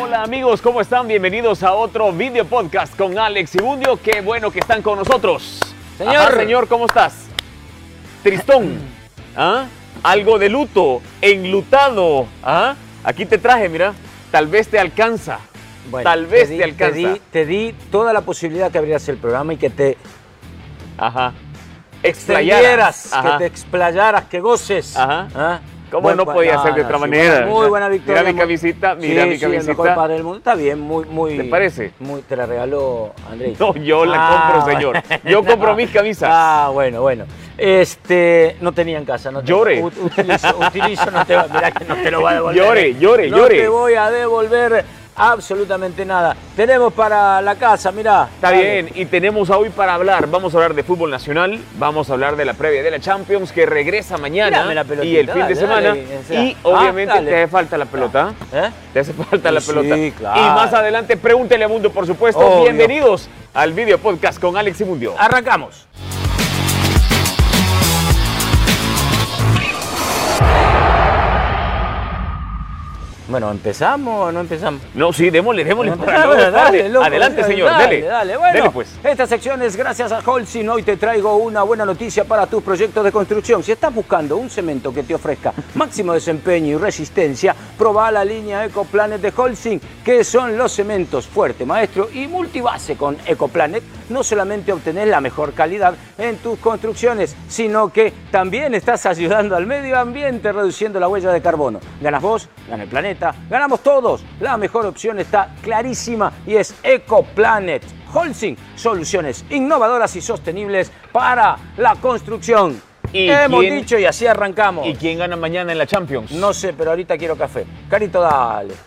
Hola amigos, ¿cómo están? Bienvenidos a otro video podcast con Alex y Bundio. Qué bueno que están con nosotros. Señor. Ajá, señor, ¿cómo estás? Tristón. ¿Ah? Algo de luto, enlutado. ¿Ah? Aquí te traje, mira. Tal vez te alcanza. Bueno, Tal vez te, di- alcanza. Te di, te di toda la posibilidad que abrieras el programa y que te Ajá. explayaras, Explayaras. Ajá. que te explayaras, que goces. Ajá. ¿Ah? ¿Cómo no podía ser de otra sí, manera? Muy buena victoria. Mira mi muy- camisita, Sí, mira mi sí, el mejor camisita. padre del mundo. Está bien, muy, muy. ¿Te parece? Muy, te la regaló Andrés. No, yo la Ah, compro, señor. Yo compro mis camisas. Ah, bueno, bueno. Este, no tenía en casa, no tengo. Llore. Ut- Utilizo, utilizo, no te va, mirá que no te lo va a devolver. Llore, llore, no llore. No te voy a devolver absolutamente nada. Tenemos para la casa, mirá. Está Dale. bien, y tenemos a hoy para hablar. Vamos a hablar de fútbol nacional, vamos a hablar de la previa de la Champions que regresa mañana Dame la pelotita, y el fin dale, de semana. dale, o sea. y Ah, obviamente dale. te hace falta la pelota. ¿Eh? Te hace falta Y la sí, pelota. claro. Y más adelante, pregúntele a Mundo, por supuesto. Obvio. Ah. Bienvenidos al video podcast con Alex y Mundio. Arrancamos. Bueno, ¿empezamos o no empezamos? No, sí, démosle, démosle. para Empezamos, no dejarle. loco, adelante, dale, señor, dale, dele. dale. Bueno, Dele, pues. esta sección es gracias a Holcim. Hoy te traigo una buena noticia para tus proyectos de construcción. Si estás buscando un cemento que te ofrezca máximo desempeño y resistencia, probá la línea EcoPlanet de Holcim, que son los cementos fuerte, maestro y multibase con EcoPlanet. No solamente obtenés la mejor calidad en tus construcciones, sino que también estás ayudando al medio ambiente reduciendo la huella de carbono. Ganas vos, gana el planeta, ganamos todos. La mejor opción está clarísima y es EcoPlanet. Holcim, soluciones innovadoras y sostenibles para la construcción. ¿Y Hemos quién- dicho y así arrancamos. ¿Y quién gana mañana en la Champions? No sé, pero ahorita quiero café. Carito, dale.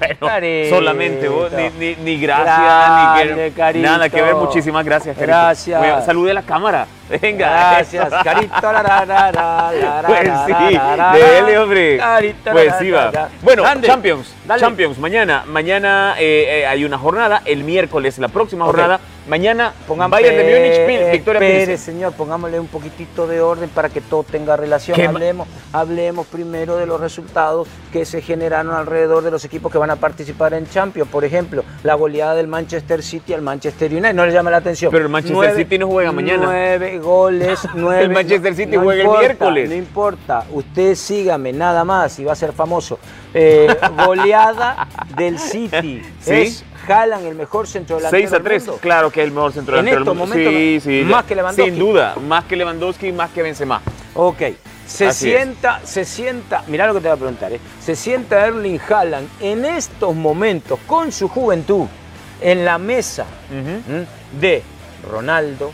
Bueno, Carito. solamente vos, ni, ni, ni gracias, Grande, ni que, Carito. nada que ver, muchísimas gracias, Carito. Gracias. Voy a- salude a la cámara, venga. Gracias, carito. la, la, la, la, la, Pues la, sí, la, la, dele, hombre. Carito, Pues la, sí la, va. la. Bueno, Grande. Champions, Dale. Champions, mañana, mañana eh, eh, hay una jornada, el miércoles, la próxima Ok. jornada, mañana Pongan- Bayern de Múnich, Eh, Pil- Victoria espere, Pilsen. señor, pongámosle un poquitito de orden para que todo tenga relación. ¿Qué ma- Hablemos, hablemos primero de los resultados que se generaron alrededor de los equipos que van a participar en Champions. Por ejemplo, la goleada del Manchester City al Manchester United. No le llama la atención. Pero el Manchester City no juega mañana. Nueve goles, nueve. El Manchester City juega el importa, miércoles. No importa. Usted sígame, nada más, y va a ser famoso. Eh, goleada del City. ¿Sí? Es Jalan, el mejor centro 6 a 3, claro que es el mejor centro En delantero del estos mundo. Sí, momentos, sí, más ya. que Lewandowski. Sin duda, más que Lewandowski, más que Benzema. Ok. Se Así es. sienta, se sienta, mirá lo que te voy a preguntar, ¿eh? se sienta Erling Haaland en estos momentos con su juventud en la mesa Ujú. ¿m? de Ronaldo,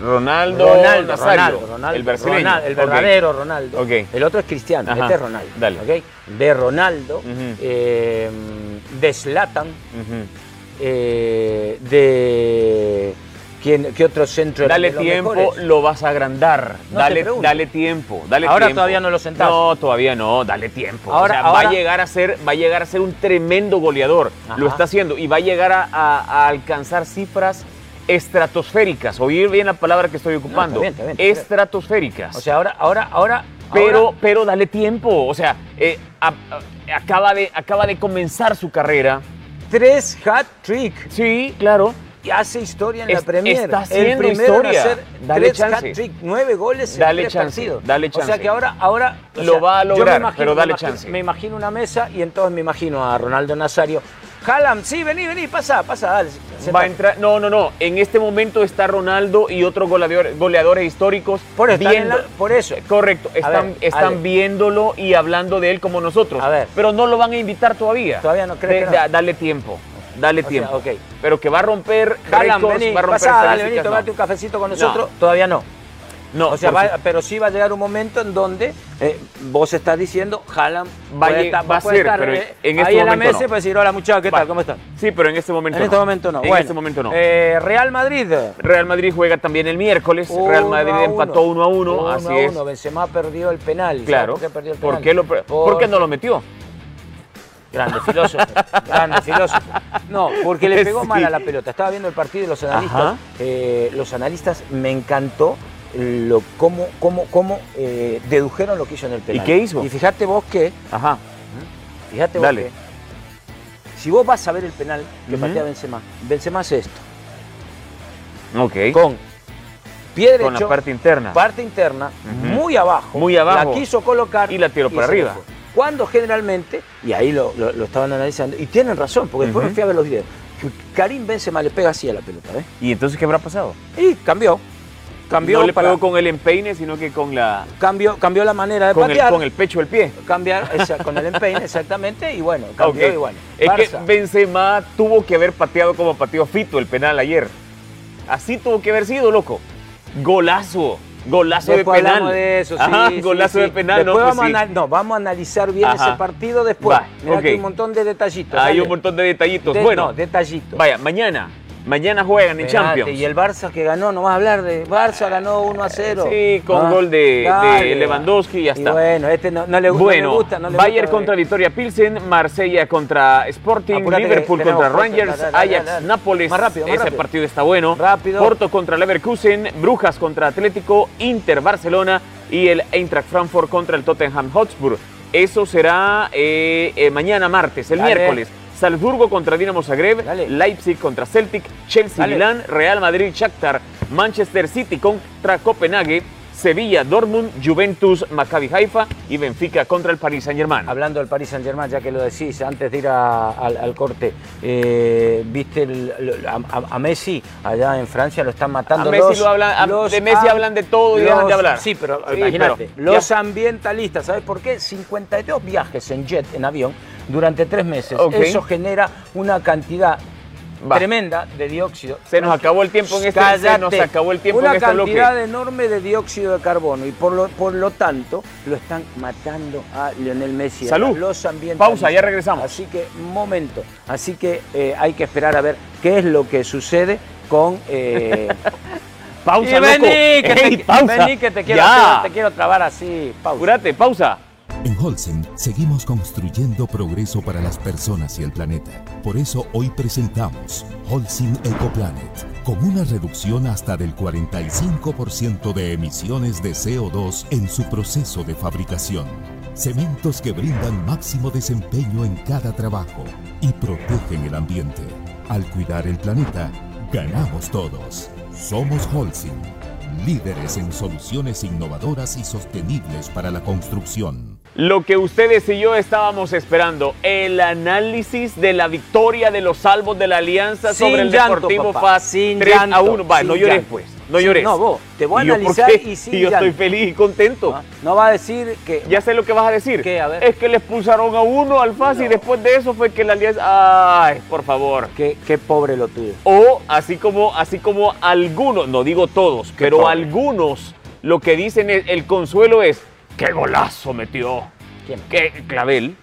Ronaldo, Ronaldo, Nazario, Ronaldo, Ronaldo, el brasileño. Ronaldo, el Ok. verdadero Ronaldo. Ok. El otro es Cristiano, Ajá, este es Ronaldo. dale. ¿ok? De Ronaldo, Ujú. eh, de Zlatan, Ujú. eh, de... ¿quién, ¿Qué otro centro era Dale de los tiempo, mejores? lo vas a agrandar. No te dale, pregunto. dale tiempo, dale Ahora tiempo. todavía no lo sentás. No, todavía no, dale tiempo. o Ahora- sea, va ahora- a llegar a ser, va a llegar a ser un tremendo goleador. Ajá. Lo está haciendo y va a llegar a, a- a alcanzar cifras estratosféricas. Oír bien la palabra que estoy ocupando. bien, está bien, está bien. Estratosféricas. O sea, ahora, ahora, ahora... pero, ahora- pero dale tiempo. O sea, eh, a- a- acaba, de, acaba de comenzar su carrera. tres hat trick Sí, claro. y hace historia en la Es- Premier. está el haciendo primero historia. en hacer Dale tres chance. hat trick, nueve goles en Dale tres chance, partidos. dale O sea chance. que ahora, ahora o Lo sea, va a yo me lograr, pero dale me imagino- chance. Me imagino una mesa y entonces me imagino a Ronaldo Nazario. Jalam, sí, vení, vení, pasa, pasa, dale. Va a sentate. entrar, no, no, no. En este momento está Ronaldo y otros goleador- goleadores históricos Por eso, están en viendo. la- por eso. Correcto, están, ver, Ale. están viéndolo y hablando de él como nosotros. A ver. Pero no lo van a invitar todavía. Todavía no creo que De- no. da- Dale tiempo, dale sea, tiempo. ok. Pero que va a romper Jalam, récords, vení, va a romper pasa, dale, vení, estadísticas, tomate no. un cafecito con nosotros. Todavía no. No, o sea, por va- pero sí va a llegar un momento en donde eh, vos estás diciendo, Jalam Va a lleg- va a ser, pero en este eh, ahí en la momento mesa no. y puede decir, hola muchachos, ¿qué Va. tal? ¿Cómo están? Sí, pero en este momento En no. este momento no. En Bueno, este momento no. eh, Real Madrid. Real Madrid juega también el miércoles. Real Madrid empató 1 a 1. así es. Benzema perdió el penal. ¿Sabes Claro. ¿Por qué perdió el penal? ¿Por qué, lo, per- ¿Por qué no lo metió? Grande filósofo, grande filósofo. No, porque le pegó Sí. mal a la pelota. Estaba viendo el partido de los analistas. Ajá. Eh, los analistas me encantó lo, cómo, cómo, cómo eh, dedujeron lo que hizo en el penal. qué hizo? Y fíjate vos que, Ajá. fíjate Dale. vos que Si vos vas a ver el penal que Ujú. patea Benzema, Benzema hace esto. Ok. Con pie derecho, Con la parte interna. Ah. parte interna, Ujú. muy abajo. Muy abajo. La quiso colocar. Y la tiró para se le arriba. fue. Cuando generalmente, y ahí lo, lo- lo estaban analizando, y tienen razón, porque después Ujú. me fui a ver los videos, que Karim Benzema le pega así a la pelota, ¿ves? ¿Y entonces qué habrá pasado? Y cambió. Cambió, no le para- pegó con el empeine, sino que con la cambió, cambió la manera de con el, patear. con el pecho del pie. Cambiar esa- con el empeine, exactamente, y bueno, cambió Ok. y bueno. Es que Barça. Benzema tuvo que haber pateado como pateó Fito el penal ayer. Así tuvo que haber sido, loco. Golazo. Golazo Después de penal. hablamos de eso, sí, Ajá, sí, golazo sí. de penal, no, Después pues vamos a sí. anal- no, vamos a analizar bien Ajá. ese partido después. Va, Mira que ok. hay un montón de detallitos. Hay dale. un montón de detallitos. De- bueno, No, detallitos. vaya, mañana. Mañana juegan en Espérate, Champions. Y el Barça que ganó, no vas a hablar de Barça ganó 1 a 0. Sí, con Ah, gol de, dale. de Lewandowski y ya Y está. bueno, este no, no le, no Bueno, le gusta, no le Bayern gusta, contra eh. Victoria Pilsen, Marsella contra Sporting, Apúrate que Liverpool tenemos contra postre, Rangers, dale, dale, Ajax, dale. Nápoles. Más rápido, más Ese rápido. partido está bueno. Rápido. Porto contra Leverkusen, Brujas contra Atlético, Inter Barcelona y el Eintracht Frankfurt contra el Tottenham Hotspur. Eso será eh, eh, mañana martes, el Dale. miércoles. Salzburgo contra Dinamo Zagreb, Dale. Leipzig contra Celtic, Chelsea Dale. Milán, Real Madrid Shakhtar, Manchester City contra Copenhague, Sevilla Dortmund, Juventus Maccabi Haifa y Benfica contra el Paris Saint-Germain. Hablando del Paris Saint Germain, ya que lo decís, antes de ir a- al, al corte, eh, viste el- lo- a, a- a Messi allá en Francia lo están matando. A Messi los- lo hablan- a- los de Messi am- hablan de todo y dejan de hablar. Sí, pero Sí, imagínate, pero ya- los ambientalistas, ¿sabes por qué? 52 viajes en jet, en avión, durante tres meses. Ok. Eso genera una cantidad Va. tremenda de dióxido. Se nos acabó el tiempo en este se Cállate. nos acabó el tiempo Una en este bloque. cantidad enorme de dióxido de carbono y por lo, por lo tanto lo están matando a Lionel Messi. a Salud. los ambientes. Pausa, ya regresamos. Así que, momento. Así que eh, hay que esperar a ver qué es lo que sucede con. eh, Pausa, y vení, loco. que Ey, te, pausa. vení, que te quiero, Ya. te quiero trabar así. Pausa. Apurate, pausa. En Holcim seguimos construyendo progreso para las personas y el planeta. Por eso hoy presentamos Holcim EcoPlanet, con una reducción hasta del 45% de emisiones de CO2 en su proceso de fabricación. Cementos que brindan máximo desempeño en cada trabajo y protegen el ambiente. Al cuidar el planeta, ganamos todos. Somos Holcim, líderes en soluciones innovadoras y sostenibles para la construcción. Lo que ustedes y yo estábamos esperando, el análisis de la victoria de los salvos de la Alianza Sin sobre el llanto, Deportivo papá, FAS sin 3 a llanto, 1. Va, sin no llores llanto. pues, no Sí, llores. no, vos, te voy a ¿Y yo por analizar qué? y sin yo estoy llanto. feliz y contento. ¿Ah? No va a decir que. Ya sé lo que vas a decir. ¿Qué? A ver. Es que le expulsaron a uno al FAS y No. después de eso fue que la Alianza... Ay, por favor. Qué, qué pobre lo tuyo. O así como, así como algunos, no digo todos, pero pobre. algunos lo que dicen es, el consuelo es, qué golazo metió. ¿Quién? ¿Qué? Clavel.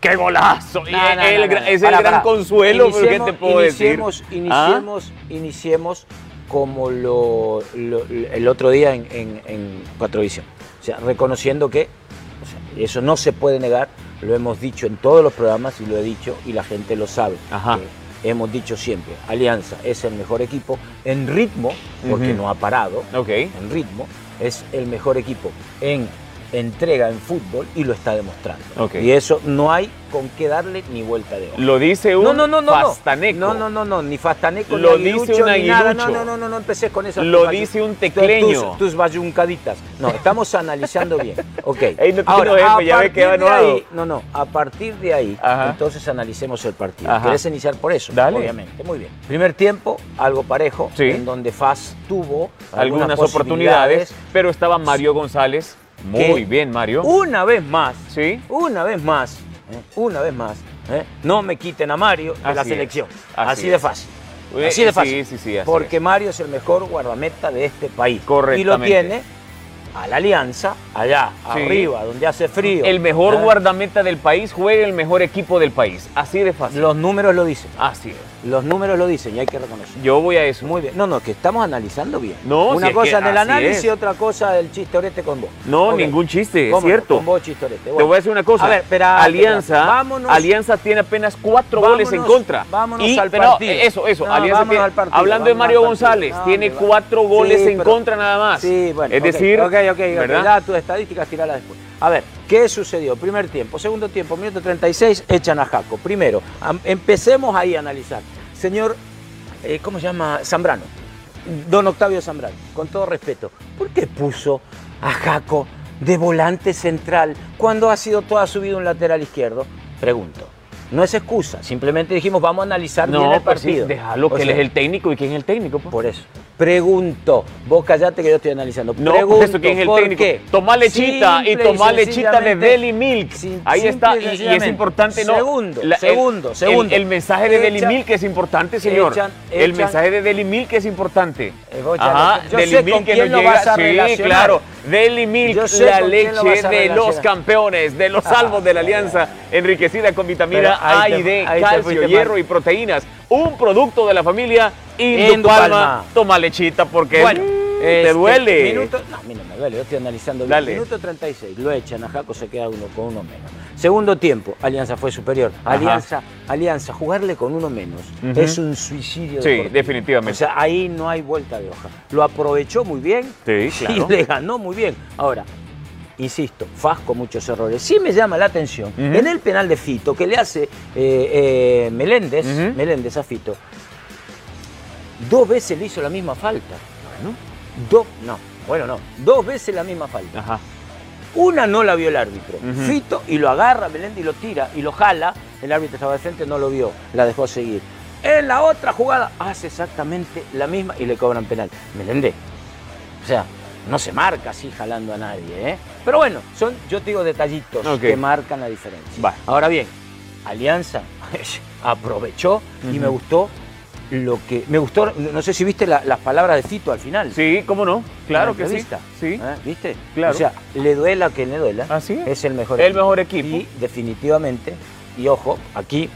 ¡Qué golazo! Y Ah, No, no, no, el no, gra- no. Es Pará, el gran pará. consuelo, pero ¿qué Iniciemos- te puedo decir? iniciemos, ¿Ah? Iniciemos, iniciemos como lo, lo- el otro día en, en, en Cuatrovisión. O sea, reconociendo que o sea, eso no se puede negar, lo hemos dicho en todos los programas y lo he dicho y la gente lo sabe. Ajá. que hemos dicho siempre, Alianza es el mejor equipo en ritmo, porque Ujú. no ha parado, Ok. en ritmo, es el mejor equipo en entrega en fútbol y lo está demostrando. Ok. Y eso no hay con qué darle ni vuelta de hoja. Lo dice un No, no, no, no. fastaneco. No, no, no, no, ni Fastaneco, Lo ni dice aguilucho, un ni nada. No, aguilucho. no, no, no, no empecé con eso. Lo dice un tecleño. Tus, tus bayuncaditas. No, estamos analizando bien. Ok. Ey, no te Ahora, quiero a ver, ya ve que partir va de enojado. ahí- No, no, a partir de ahí, Ajá. entonces analicemos el partido. Ajá. ¿Querés iniciar por eso? Dale. Obviamente, muy bien. Primer tiempo, algo parejo, Sí. en donde Faz tuvo Algunas, algunas, oportunidades, posibilidades. Uh. pero estaba Mario González. Muy que bien, Mario. Una vez más, Sí. una vez más, ¿eh? una vez más, ¿eh? no me quiten a Mario de la Así selección. es, así Así, de es. fácil. Eh, Así de sí, fácil. sí, sí, así Porque es. Mario es el mejor guardameta de este país. Y lo Correctamente. tiene a la Alianza, allá, Sí. arriba, donde hace frío. El mejor ¿eh? guardameta del país juega el mejor equipo del país. Así de fácil. Los números lo dicen. Así es. Los números lo dicen y hay que reconocerlo. Yo voy a eso. Muy bien. No, no, que estamos analizando bien. No, si Una es que cosa en el así análisis es. y otra cosa el chistorete con vos. No, Ok. ningún chiste, es ¿Cómo no? cierto. Con vos chistorete. Te Bueno. voy a decir una cosa. A ver, espera. Alianza, vámonos. Alianza tiene apenas cuatro goles en Vámonos- contra. vámonos Y- al pero no, partido. Eso, eso. No, Alianza vámonos tiene- al partido, hablando de vámonos Mario al partido. González, No, tiene hombre, va. cuatro goles Sí, en pero- contra nada más. Sí, bueno, es ok, decir, ok, ok, ok. ¿Verdad? Ya tus estadísticas tiralas después. A ver, ¿qué sucedió? Primer tiempo, segundo tiempo, minuto 36, echan a Jaco. Primero, am- empecemos ahí a analizar. Señor, eh, ¿cómo se llama? Zambrano. Don Octavio Zambrano, con todo respeto, ¿por qué puso a Jaco de volante central cuando ha sido toda su vida un lateral izquierdo? Pregunto. No es excusa, simplemente dijimos vamos a analizar bien el pues sí, partido. déjalo, O que él sea, es el técnico. ¿Y quién es el técnico? pues? por eso. Pregunto. Vos callate que yo estoy analizando. No, Pregunto, por eso quién es el ¿por técnico. qué? Tomá lechita y Simple tomá lechita de sencillamente- Deli Milk. Sim- Ahí simple está. Y- Y, es sencillamente. importante, ¿no? Segundo, La- el- segundo, el- segundo. El, mensaje de Deli Echan- Milk es importante, señor. echan- el echan- mensaje de Deli Milk es importante. Eh, vos ya Ajá, lo- yo Deli sé con Milk que quién nos lo vas llega. a Sí, relacionar. claro. Deli Milk, Yo sé la con quién lo vas leche a de los relacionar. campeones, de los Ah, salvos de la ya, ya. alianza, enriquecida con vitamina Pero A ahí y te- D, ahí te calcio, fuiste hierro mal. y proteínas. Un producto de la familia Indupalma. Indupalma. Toma lechita porque Bueno, te este, duele. Minuto, no, a mí no me duele, yo estoy analizando. bien. Dale. Minuto 36, lo echan a Jaco, se queda uno con uno menos. Segundo tiempo, Alianza fue superior. Ajá. Alianza, Alianza, jugarle con uno menos Ujú. es un suicidio. Sí, deportivo. definitivamente. O sea, ahí no hay vuelta de hoja. Lo aprovechó muy bien Sí, claro. y le ganó muy bien. Ahora, insisto, Faz con muchos errores. Sí me llama la atención Ujú. en el penal de Fito que le hace eh, eh, Meléndez, Ujú. Meléndez a Fito. Dos veces le hizo la misma falta. Dos, no, bueno, no. Dos veces la misma falta. Ajá. Una no la vio el árbitro. Ujú. Fito y lo agarra, Meléndez y lo tira y lo jala. El árbitro estaba de frente, no lo vio, la dejó seguir. En la otra jugada hace exactamente la misma y le cobran penal. Meléndez, o sea, no se marca así jalando a nadie, ¿eh? Pero bueno, son, yo te digo, detallitos Ok. que marcan la diferencia. Va. Ahora bien, Alianza aprovechó y me Ujú. gustó lo que. Me gustó, no sé si viste la- las palabras de Fito al final. Sí, cómo no. Claro Una que sí. entrevista, Sí. ¿eh? ¿Viste? Claro. O sea, le duela que le duela. Así es. el mejor El mejor equipo. Y definitivamente, y ojo, aquí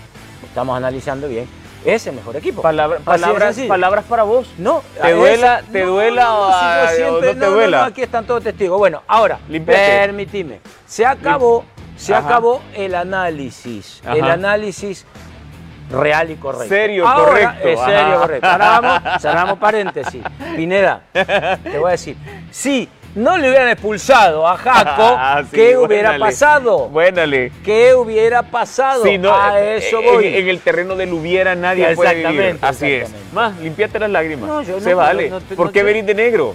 estamos analizando bien, es el mejor equipo. Palabra- Así de palabras, sencillo. palabras para vos. No, ¿Te a duela- te no, duela no, o no, si yo a- o siempre- no te no, no, duela? no, aquí están todos testigos. Bueno, ahora, Limpiate. permitime. Se acabó, se Ajá. acabó el análisis. Ajá. El análisis real y correcto. Serio, Ahora, correcto. Es serio, Ajá. correcto. Ahora vamos, cerramos paréntesis. Pineda, te voy a decir. Si no le hubieran expulsado a Jaco, Ah, sí, ¿qué hubiera buénale. pasado? Buénale. ¿Qué hubiera pasado? Si no, a eh, eso en- voy. En, el terreno del hubiera nadie puede vivir. Exactamente, Así es. exactamente. Más, limpiate las lágrimas. No, yo Se no- vale. no- no te- ¿Por no qué te- venís de negro?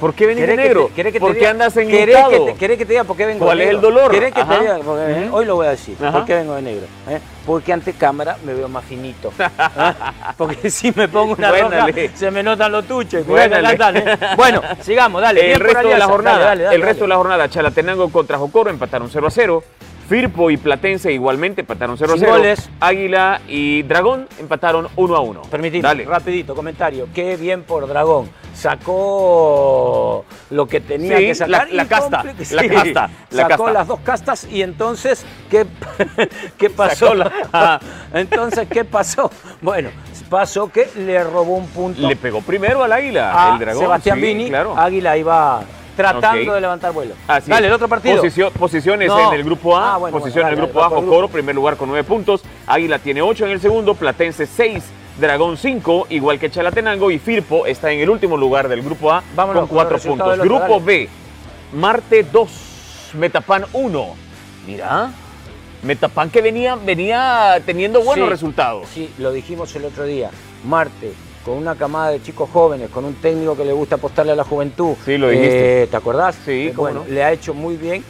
¿Por qué venís de ¿Querés que negro? te- querés que te ¿Por qué diga- andas ¿Querés que, enlutado? te, querés que te diga por qué vengo ¿Cuál de es negro? el dolor? ¿Querés que Ajá. te diga? Porque, eh, Ujú. Hoy lo voy a decir. Ajá. ¿Por qué vengo de negro? eh? Porque ante cámara me veo más finito. ¿ah? Porque si me pongo una roja, Buénale. se me notan los tuches. Cuidado que acá Buénale. están, ¿eh? Bueno, sigamos, dale. bien el por resto de la Alianza. jornada, Dale, dale, dale, el resto de dale. la jornada, Chalatenango contra Jocoro empataron 0 a 0. Firpo y Platense igualmente empataron 0 a Sin 0. goles. Águila y Dragón empataron 1 a 1. Permitime, Dale. rapidito, comentario. Qué bien por Dragón. Sacó lo que tenía Sí, que sacar. la- la y casta, comple- la casta, la sacó casta. las dos castas y entonces, ¿qué, qué Sacó pasó? la- entonces, ¿qué pasó? Bueno, pasó que le robó un punto Le pegó primero al Águila, a el Dragón. Sebastián sí, Vini. claro. Águila iba tratando Ok. de levantar vuelo. Así Dale, es. el otro partido. Posicio- posiciones No. en el grupo A. Ah, bueno, posición bueno, en el dale, grupo A. dale, Jocoro, primer lugar con 9 puntos. Águila tiene 8 en el segundo. Platense 6. Dragón 5, igual que Chalatenango. Y Firpo está en el último lugar del grupo A con Vámonos con los 4 resultados puntos. del otro, grupo dale. B, Marte 2, Metapan 1. Mira, Metapan que venía, venía teniendo buenos Sí, resultados. Sí, lo dijimos el otro día. Marte, con una camada de chicos jóvenes, con un técnico que le gusta apostarle a la juventud. Sí, lo dijiste. Eh, ¿Te acordás? Sí, Eh, cómo bueno, no. le ha hecho muy bien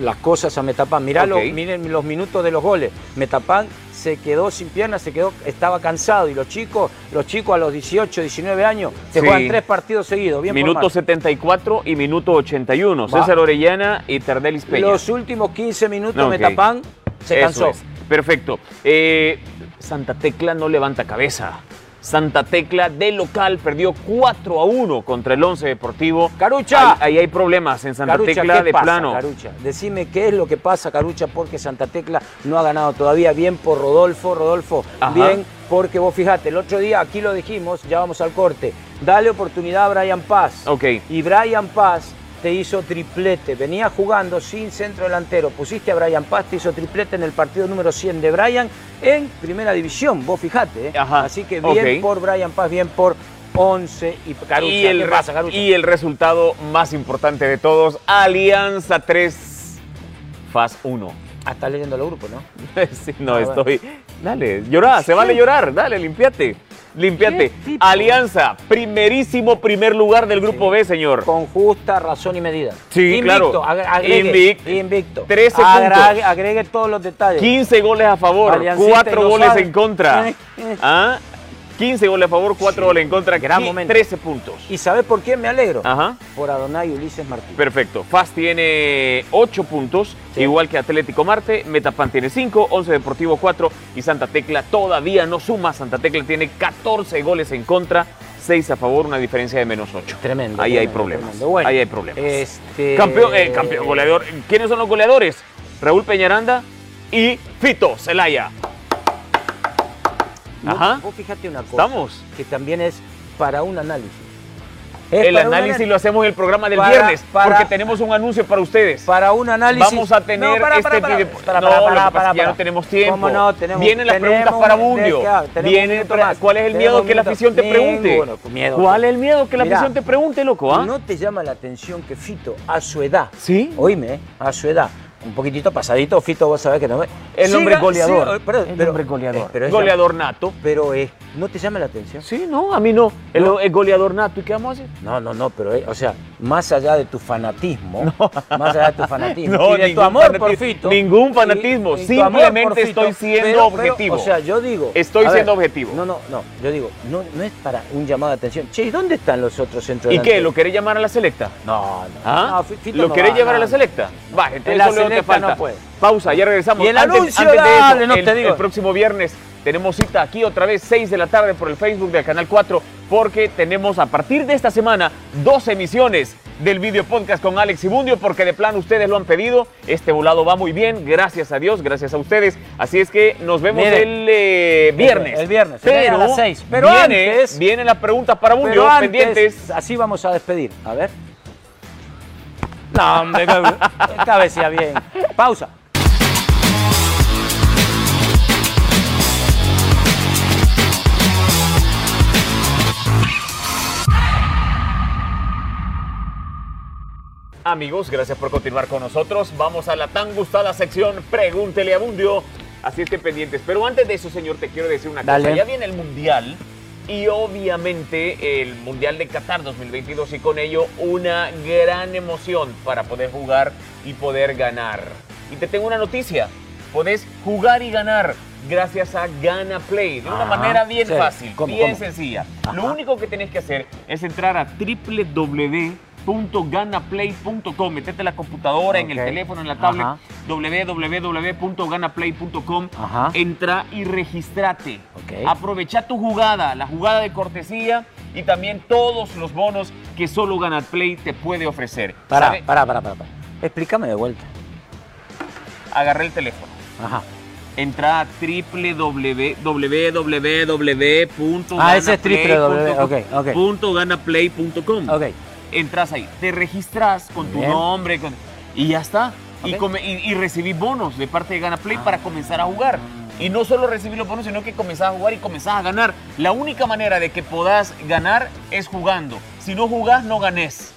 las cosas a Metapan. Mirá Ok. los- miren los minutos de los goles. Metapan se quedó sin piernas, se quedó, estaba cansado. Y los chicos, los chicos a los 18, 19 años, se Sí. juegan tres partidos seguidos. Bien por minuto Marte. 74 y minuto 81. Va. César Orellana y Tardelis Peña. Los últimos 15 minutos No, ok. Metapan se Eso cansó. es. Perfecto. Eh, Santa Tecla no levanta cabeza. Santa Tecla de local perdió 4 a 1 contra el Once Deportivo. Carucha. Ahí, ahí hay problemas en Santa Carucha, Tecla ¿qué de pasa, plano. Carucha? Decime qué es lo que pasa, Carucha, porque Santa Tecla no ha ganado todavía. Bien por Rodolfo, Rodolfo, Ajá. bien porque vos fijate, el otro día aquí lo dijimos, ya vamos al corte. Dale oportunidad a Brian Paz. Ok. Y Brian Paz te hizo triplete. Venía jugando sin centro delantero. Pusiste a Brian Paz, te hizo triplete en el partido número 100 de Brian en primera división. Vos fijate. ¿eh? Ajá. Así que bien Ok. por Brian Paz, bien por 11 y Carucha. Y el, ¿Qué pasa, Carucha? y el resultado más importante de todos, Alianza 3, FAS 1. Ah, estás leyendo los grupos, ¿no? Sí, no, A ver. estoy. Dale, llorá, se vale llorar, dale, limpiate. Limpiate. ¿Qué tipo? Alianza, primerísimo primer lugar del grupo B, señor. Con justa razón y medida. Sí, invicto, claro. agre- Agregue, Invicto. invicto. Invicto. 13 Agregue, puntos. agregue todos los detalles. 15 goles a favor, Aliancita y 4 lo goles sabe. en contra. Eh, eh. ¿Ah? 15 goles a favor, 4 goles en contra. gran qui- momento. 13 puntos. ¿Y sabes por quién me alegro? Ajá. Por Adonai Ulises Martínez. Perfecto. FAS tiene 8 puntos, Sí. igual que Atlético Marte. Metapan tiene 5, 11 Deportivo 4 y Santa Tecla todavía no suma. Santa Tecla tiene 14 goles en contra, 6 a favor, una diferencia de menos 8. Tremendo. Ahí hay tremendo, problemas. tremendo. Bueno, Ahí hay problemas. Este... Campeón, eh, campeón goleador. ¿Quiénes son los goleadores? Raúl Peñaranda y Fito Celaya. No, Ajá. vos fíjate una cosa. Estamos. Que también es para un análisis. Es El para un análisis análisis. lo hacemos el programa del Para- viernes para- porque tenemos un anuncio para ustedes. Para un análisis. Vamos a tener No, para, este para, para, tipo- para, No, para, lo que para, pasa es para, que ya para. no tenemos tiempo. ¿Cómo no? Tenemos- Vienen las tenemos preguntas para un- Bundio. claro, tenemos un Vienen minuto pre- más. ¿Cuál es el Tenemos miedo un que la minuto. afición te pregunte? Ninguno, miedo. ¿Cuál es el miedo que la Mirá, afición te pregunte, loco? ah? ¿No te llama la atención que Fito, a su edad, Sí. oíme, eh, a su edad, un poquitito pasadito, Fito, vos sabés que no es. El hombre goleador. el hombre goleador. pero, es- goleador nato. pero es- ¿no te llama la atención? Sí, no, a mí no. El, el goleador nato. ¿Y qué vamos a hacer? No, no, no, pero, eh, o sea, más allá de tu fanatismo, más allá de tu fanatismo, No, y de tu ningún amor por fanati- Fito. ningún y- fanatismo, y tu amor simplemente por Fito, estoy siendo objetivo. O sea, yo digo. Estoy a siendo objetivo. No, no, no, yo digo, no, no es para un llamado de atención. Che, ¿y dónde están los otros centros ¿Y qué? ¿Lo delanteros? querés llamar a la selecta? No, no. ¿Ah? no, Fi- Fito ¿Lo no querés va, llevar a no, la no. selecta? Va, entonces En la solo te selecta falta. no puede. Pausa, ya regresamos. Y el anuncio, de eso, dale, no el, te digo. el próximo viernes tenemos cita aquí otra vez, 6 de la tarde por el Facebook del Canal 4, porque tenemos a partir de esta semana dos emisiones del video podcast con Alex Ibundio, porque de plan ustedes lo han pedido. Este volado va muy bien, gracias a Dios, gracias a ustedes. Así es que nos vemos Miren, el eh, viernes. el viernes, se viene a las seis. Pero viene, antes- viene la pregunta para Bundio, Pero antes, pendientes. así vamos a despedir. A ver. No, hombre, que- cabecea bien. Pausa. Amigos, gracias por continuar con nosotros. Vamos a la tan gustada sección Pregúntele a Mundio. Así es que pendientes. Pero antes de eso, señor, te quiero decir una Dale. cosa. Ya viene el Mundial y obviamente el Mundial de Qatar 2022 y con ello una gran emoción para poder jugar y poder ganar. Y te tengo una noticia. Podés jugar y ganar gracias a Gana Play. De una Ajá, manera bien Ah, sí. fácil, ¿Cómo, bien cómo? sencilla. Ajá. Lo único que tenés que hacer es entrar a www.ganaplay.com. Metete en la computadora, en el Ok. teléfono, en la tablet. Ajá. www.ganaplay.com. Ajá. Entra y registrate. Ok. Aprovecha tu jugada, la jugada de cortesía y también todos los bonos que solo Ganaplay te puede ofrecer. Pará, ¿Sabe? pará, pará, pará. pará. Explícame de vuelta. Agarré el teléfono. Ajá. Entra a www.ganaplay.com. Ah, ese es www, ok, ok. punto ganaplay.com. Ok. entras ahí, te registras con tu Bien. nombre con- y ya está. Y, Ok. Ah. come- y, y recibí bonos de parte de GanaPlay para comenzar a jugar. Y no solo recibí los bonos, sino que comenzás a jugar y comenzás a ganar. La única manera de que podás ganar es jugando. Si no jugás, no ganés.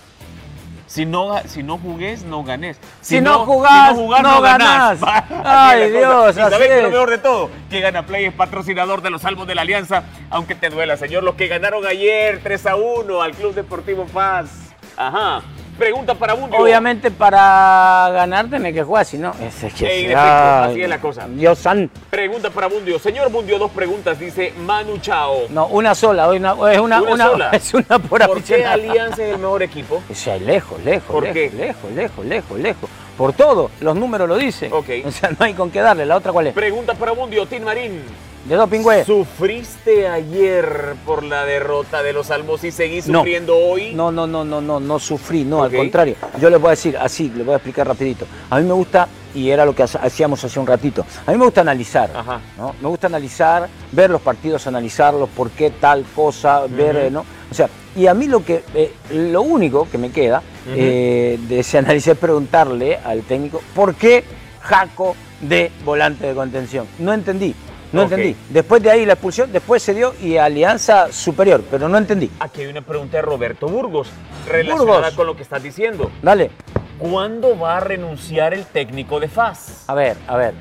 Si no, ga- si no jugués, no ganés. Si no jugás, no ganás. Así Ay, es la Dios, cosa. Y sabés así que lo es. peor de todo, que GanaPlay es patrocinador de los salvos de la Alianza, aunque te duela, señor, los que ganaron ayer 3 a 1 al Club Deportivo Paz. Ajá. Pregunta para Bundio. Obviamente para ganar tenés que jugar, si no. Ese que En se- efecto, ay, así es la cosa. Dios santo. Pregunta para Bundio. Señor Bundio, dos preguntas, dice Manu Chao. No, una sola. hoy una- es una, Una una- sola. Es una por ¿Por qué aficionado. Alianza es el mejor equipo? O sea, lejos, lejos, ¿Por lejos, qué? lejos, lejos, lejos, lejos. Por todo, los números lo dicen. Ok. O sea, no hay con qué darle. ¿La otra cuál es? Pregunta para Bundio, Tim Marín. ¿De dos pingües? ¿Sufriste ayer por la derrota de los Salmos y seguís No. sufriendo hoy? No, no, no, no, no, no sufrí, no, Ok. al contrario. Yo les voy a decir así, les voy a explicar rapidito. A mí me gusta, y era lo que hace- hacíamos hace un ratito, a mí me gusta analizar, Ajá. ¿no? Me gusta analizar, ver los partidos, analizarlos, por qué tal cosa, ver, eh, ¿no? O sea, y a mí lo que, eh, lo único que me queda eh, de ese análisis es preguntarle al técnico, ¿por qué Jaco de volante de contención? No entendí. No Ok. entendí. Después de ahí la expulsión, después se dio y Alianza Superior, pero no entendí. Aquí hay una pregunta de Roberto Burgos relacionada Burgos. con lo que estás diciendo. Dale. ¿Cuándo va a renunciar el técnico de FAS? A ver, a ver.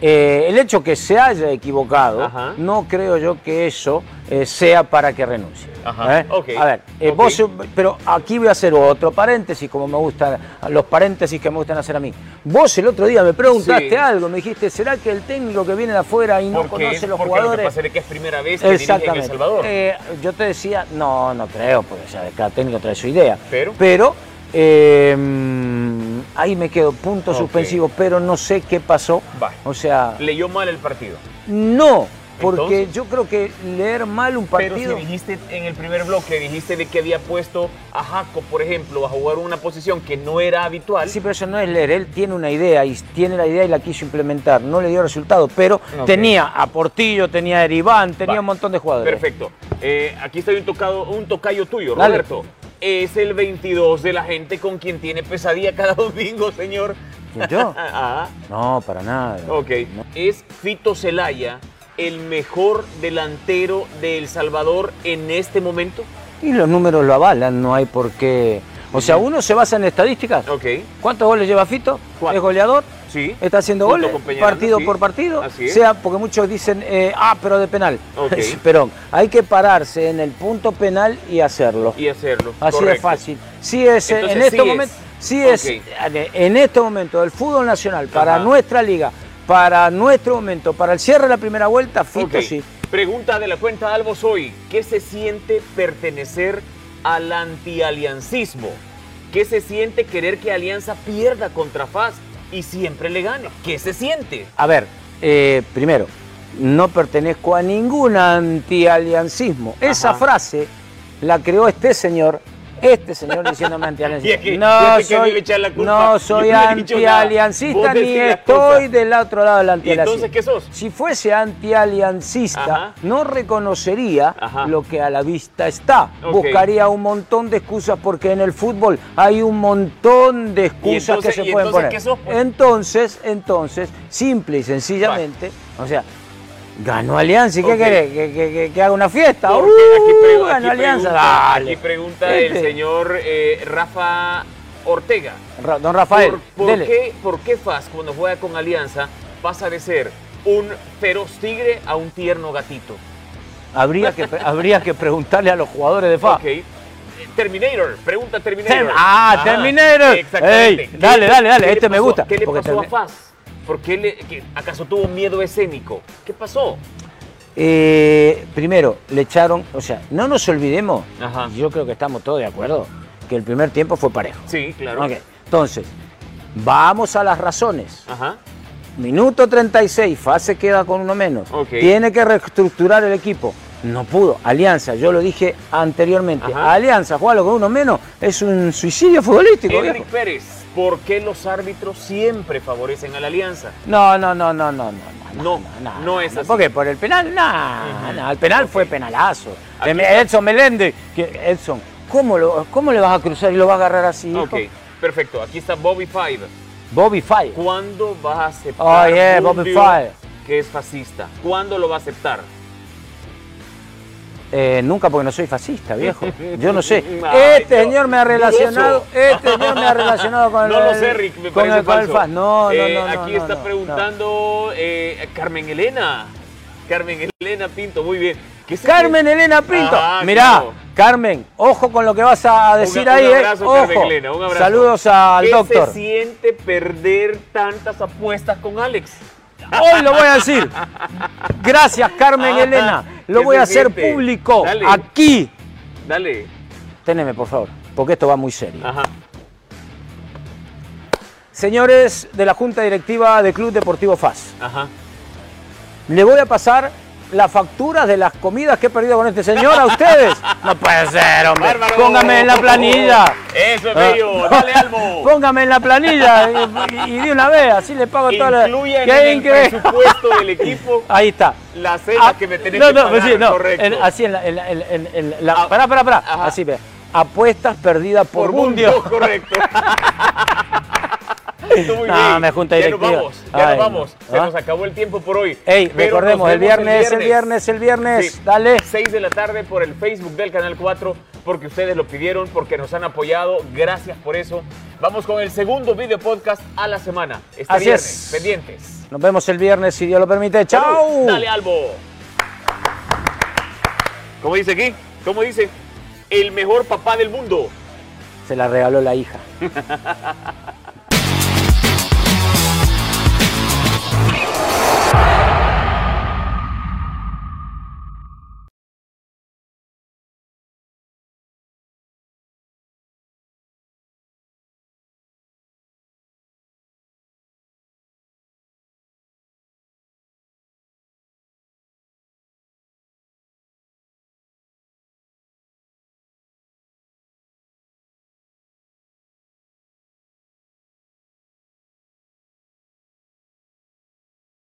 Eh, el hecho que se haya equivocado, Ajá. no creo yo que eso eh, sea para que renuncie. Ajá, ¿eh? ok, A ver, eh, ok. vos, pero aquí voy a hacer otro paréntesis, como me gustan, los paréntesis que me gustan hacer a mí. Vos el otro día me preguntaste Sí. algo, me dijiste, ¿será que el técnico que viene de afuera y no Porque, conoce los porque lo que jugadores? pasa es que es primera vez que dirige en El Salvador. Eh, yo te decía, no, no creo, porque ya cada técnico trae su idea. Pero. eh, mm, ahí me quedo, punto Ok. suspensivo, pero no sé qué pasó. Vale. O sea, Leyó mal el partido. no, porque Entonces. yo creo que leer mal un partido. Pero si dijiste en el primer bloque, dijiste de que había puesto a Jaco, por ejemplo, a jugar una posición que no era habitual. Sí, pero eso no es leer. Él tiene una idea y tiene la idea y la quiso implementar. No le dio resultado, pero Ok. tenía a Portillo, tenía a Eribán, tenía Va. un montón de jugadores. Perfecto. Eh, aquí está un, tocado, un tocayo tuyo, Dale. Roberto. Es el 22 de la gente con quien tiene pesadilla cada domingo, señor. ¿Quién, yo? ah, No, para nada. ok. Es Fito Celaya el mejor delantero de El Salvador en este momento. Y los números lo avalan, no hay por qué. O sea, uno se basa en estadísticas. Ok. ¿Cuántos goles lleva Fito? Cuatro. ¿Es goleador? Sí. Está haciendo Junto goles con Peñarol, partido sí. por partido. Así es. Sea porque muchos dicen, eh, ah, pero de penal. Ok. pero hay que pararse en el punto penal y hacerlo. Y hacerlo. Así de Correcto. fácil. Sí es eh, Entonces, en sí este es. momento, sí es Ok. eh, en este momento el fútbol nacional para Ajá. nuestra liga, para nuestro momento, para el cierre de la primera vuelta, Fito Ok. sí. Pregunta de la cuenta Albo Soy. ¿Qué se siente pertenecer al antialiancismo? ¿Qué se siente querer que Alianza pierda contra FAS y siempre le gane? ¿Qué se siente? A ver, eh, primero, no pertenezco a ningún antialiancismo. Esa Ajá. frase la creó este señor, este señor diciéndome Y es antialiancista. que- y es no, que a mí me soy, echan la culpa. no Yo no he soy dicho nada. Vos antialiancista decís ni las estoy cosas. del otro lado del ¿Y antialiancismo. entonces qué sos? Si fuese antialiancista, Ajá. no reconocería Ajá. lo que a la vista está. Ok. Buscaría un montón de excusas porque en el fútbol hay un montón de excusas entonces- que se y pueden entonces poner. qué sos, pues? Entonces, entonces, simple y sencillamente, o sea, ganó Alianza. ¿Y qué Ok. querés? ¿Que, que- que- que haga una fiesta? Porque ¡Uh! pregu- ganó Alianza. pregunta, Dale. aquí pregunta el Este, señor eh, Rafa Ortega. Ra- Don Rafael, ¿Por, por dele. qué, ¿Por qué FAS cuando juega con Alianza pasa de ser un feroz tigre a un tierno gatito? Habría, que, pre- habría que preguntarle a los jugadores de FA. Ok. Eh, Terminator, pregunta Terminator. Tem- ah, Ajá, Terminator. Exactamente. Ey, ¿Qué le- dale, dale, dale, qué le este me pasó- gusta, ¿Qué le porque pasó a Termi- Faz? ¿Por qué le, que- ¿Acaso tuvo miedo escénico? ¿Qué pasó? Eh, primero, le echaron, o sea, no nos olvidemos, Ajá. yo creo que estamos todos de acuerdo, que el primer tiempo fue parejo. Sí, claro. Ok, Entonces, vamos a las razones. Ajá. Minuto 36, fase queda con uno menos. Ok. Tiene que reestructurar el equipo. No pudo. Alianza, yo lo dije anteriormente. Ajá. Alianza, jugarlo con uno menos es un suicidio futbolístico. Eric viejo. Pérez, ¿por qué los árbitros siempre favorecen a la alianza? No, no, no, no, no, no. No, no es así. ¿Por qué? ¿Por el penal? No, no, el penal fue penalazo. Aquí- Edson Meléndez, que Edson, ¿cómo, lo, ¿cómo le vas a cruzar y lo vas a agarrar así? hijo? Ok, perfecto. Aquí está Bobby Five. Bobby Fire. ¿Cuándo vas a aceptar Oh, yeah, Bobby Bundio Five. que es fascista? ¿Cuándo lo va a aceptar? Eh, nunca porque no soy fascista, viejo. Yo no sé. Ay, Este no. señor me ha relacionado, este señor me ha relacionado con no el lo sé, Rick, me con parece el, con el falso. fas. No, no, Eh, no, no, Aquí no, está no, preguntando eh, Carmen Elena. Carmen Elena Pinto, muy bien. ¿Qué no. se Carmen puede- Elena Pinto. Ah, Mirá, claro. Carmen, ojo con lo que vas a decir Un- ahí, un eh. abrazo, Ojo. Carmen Elena, un abrazo. Saludos al ¿Qué doctor. se siente perder tantas apuestas con Alex? Hoy lo voy a decir. Gracias, Carmen Ah, Elena. Lo ¿qué voy se a hacer siente? público Dale. aquí. Dale. Teneme, por favor, porque esto va muy serio. Ajá. Señores de la Junta Directiva del Club Deportivo FAS. Ajá. Le voy a pasar las facturas de las comidas que he perdido con este señor a ustedes. No puede ser, hombre. Bárbaro. Póngame en la planilla. Eso es bello. Ah. Dale, Almo. Póngame en la planilla eh, y, y de una vez, así le pago toda la. Incluyan Qué en el increíble. presupuesto del equipo Ahí está. la cena Ah, que me tenés no, que no, pagar, sí, no, correcto. en- así en la. En la- en- en- en la- Ah, pará, pará, pará. ajá. Así, vea. Apuestas perdidas por, por mundo, Mundio. correcto. Perfecto, muy No, bien. me junta ya nos directiva. vamos, ya Ay, nos vamos. no. Se Ah. nos acabó el tiempo por hoy. Ey, Pero recordemos, nos el vemos viernes, el viernes, el viernes. Sí. Dale. 6 de la tarde por el Facebook del Canal 4, porque ustedes lo pidieron, porque nos han apoyado. Gracias por eso. Vamos con el segundo video podcast a la semana. Este Así viernes, es. pendientes. Nos vemos el viernes, si Dios lo permite. ¡Chao! Dale, Albo. ¿Cómo dice aquí? ¿Cómo dice? El mejor papá del mundo. Se la regaló la hija.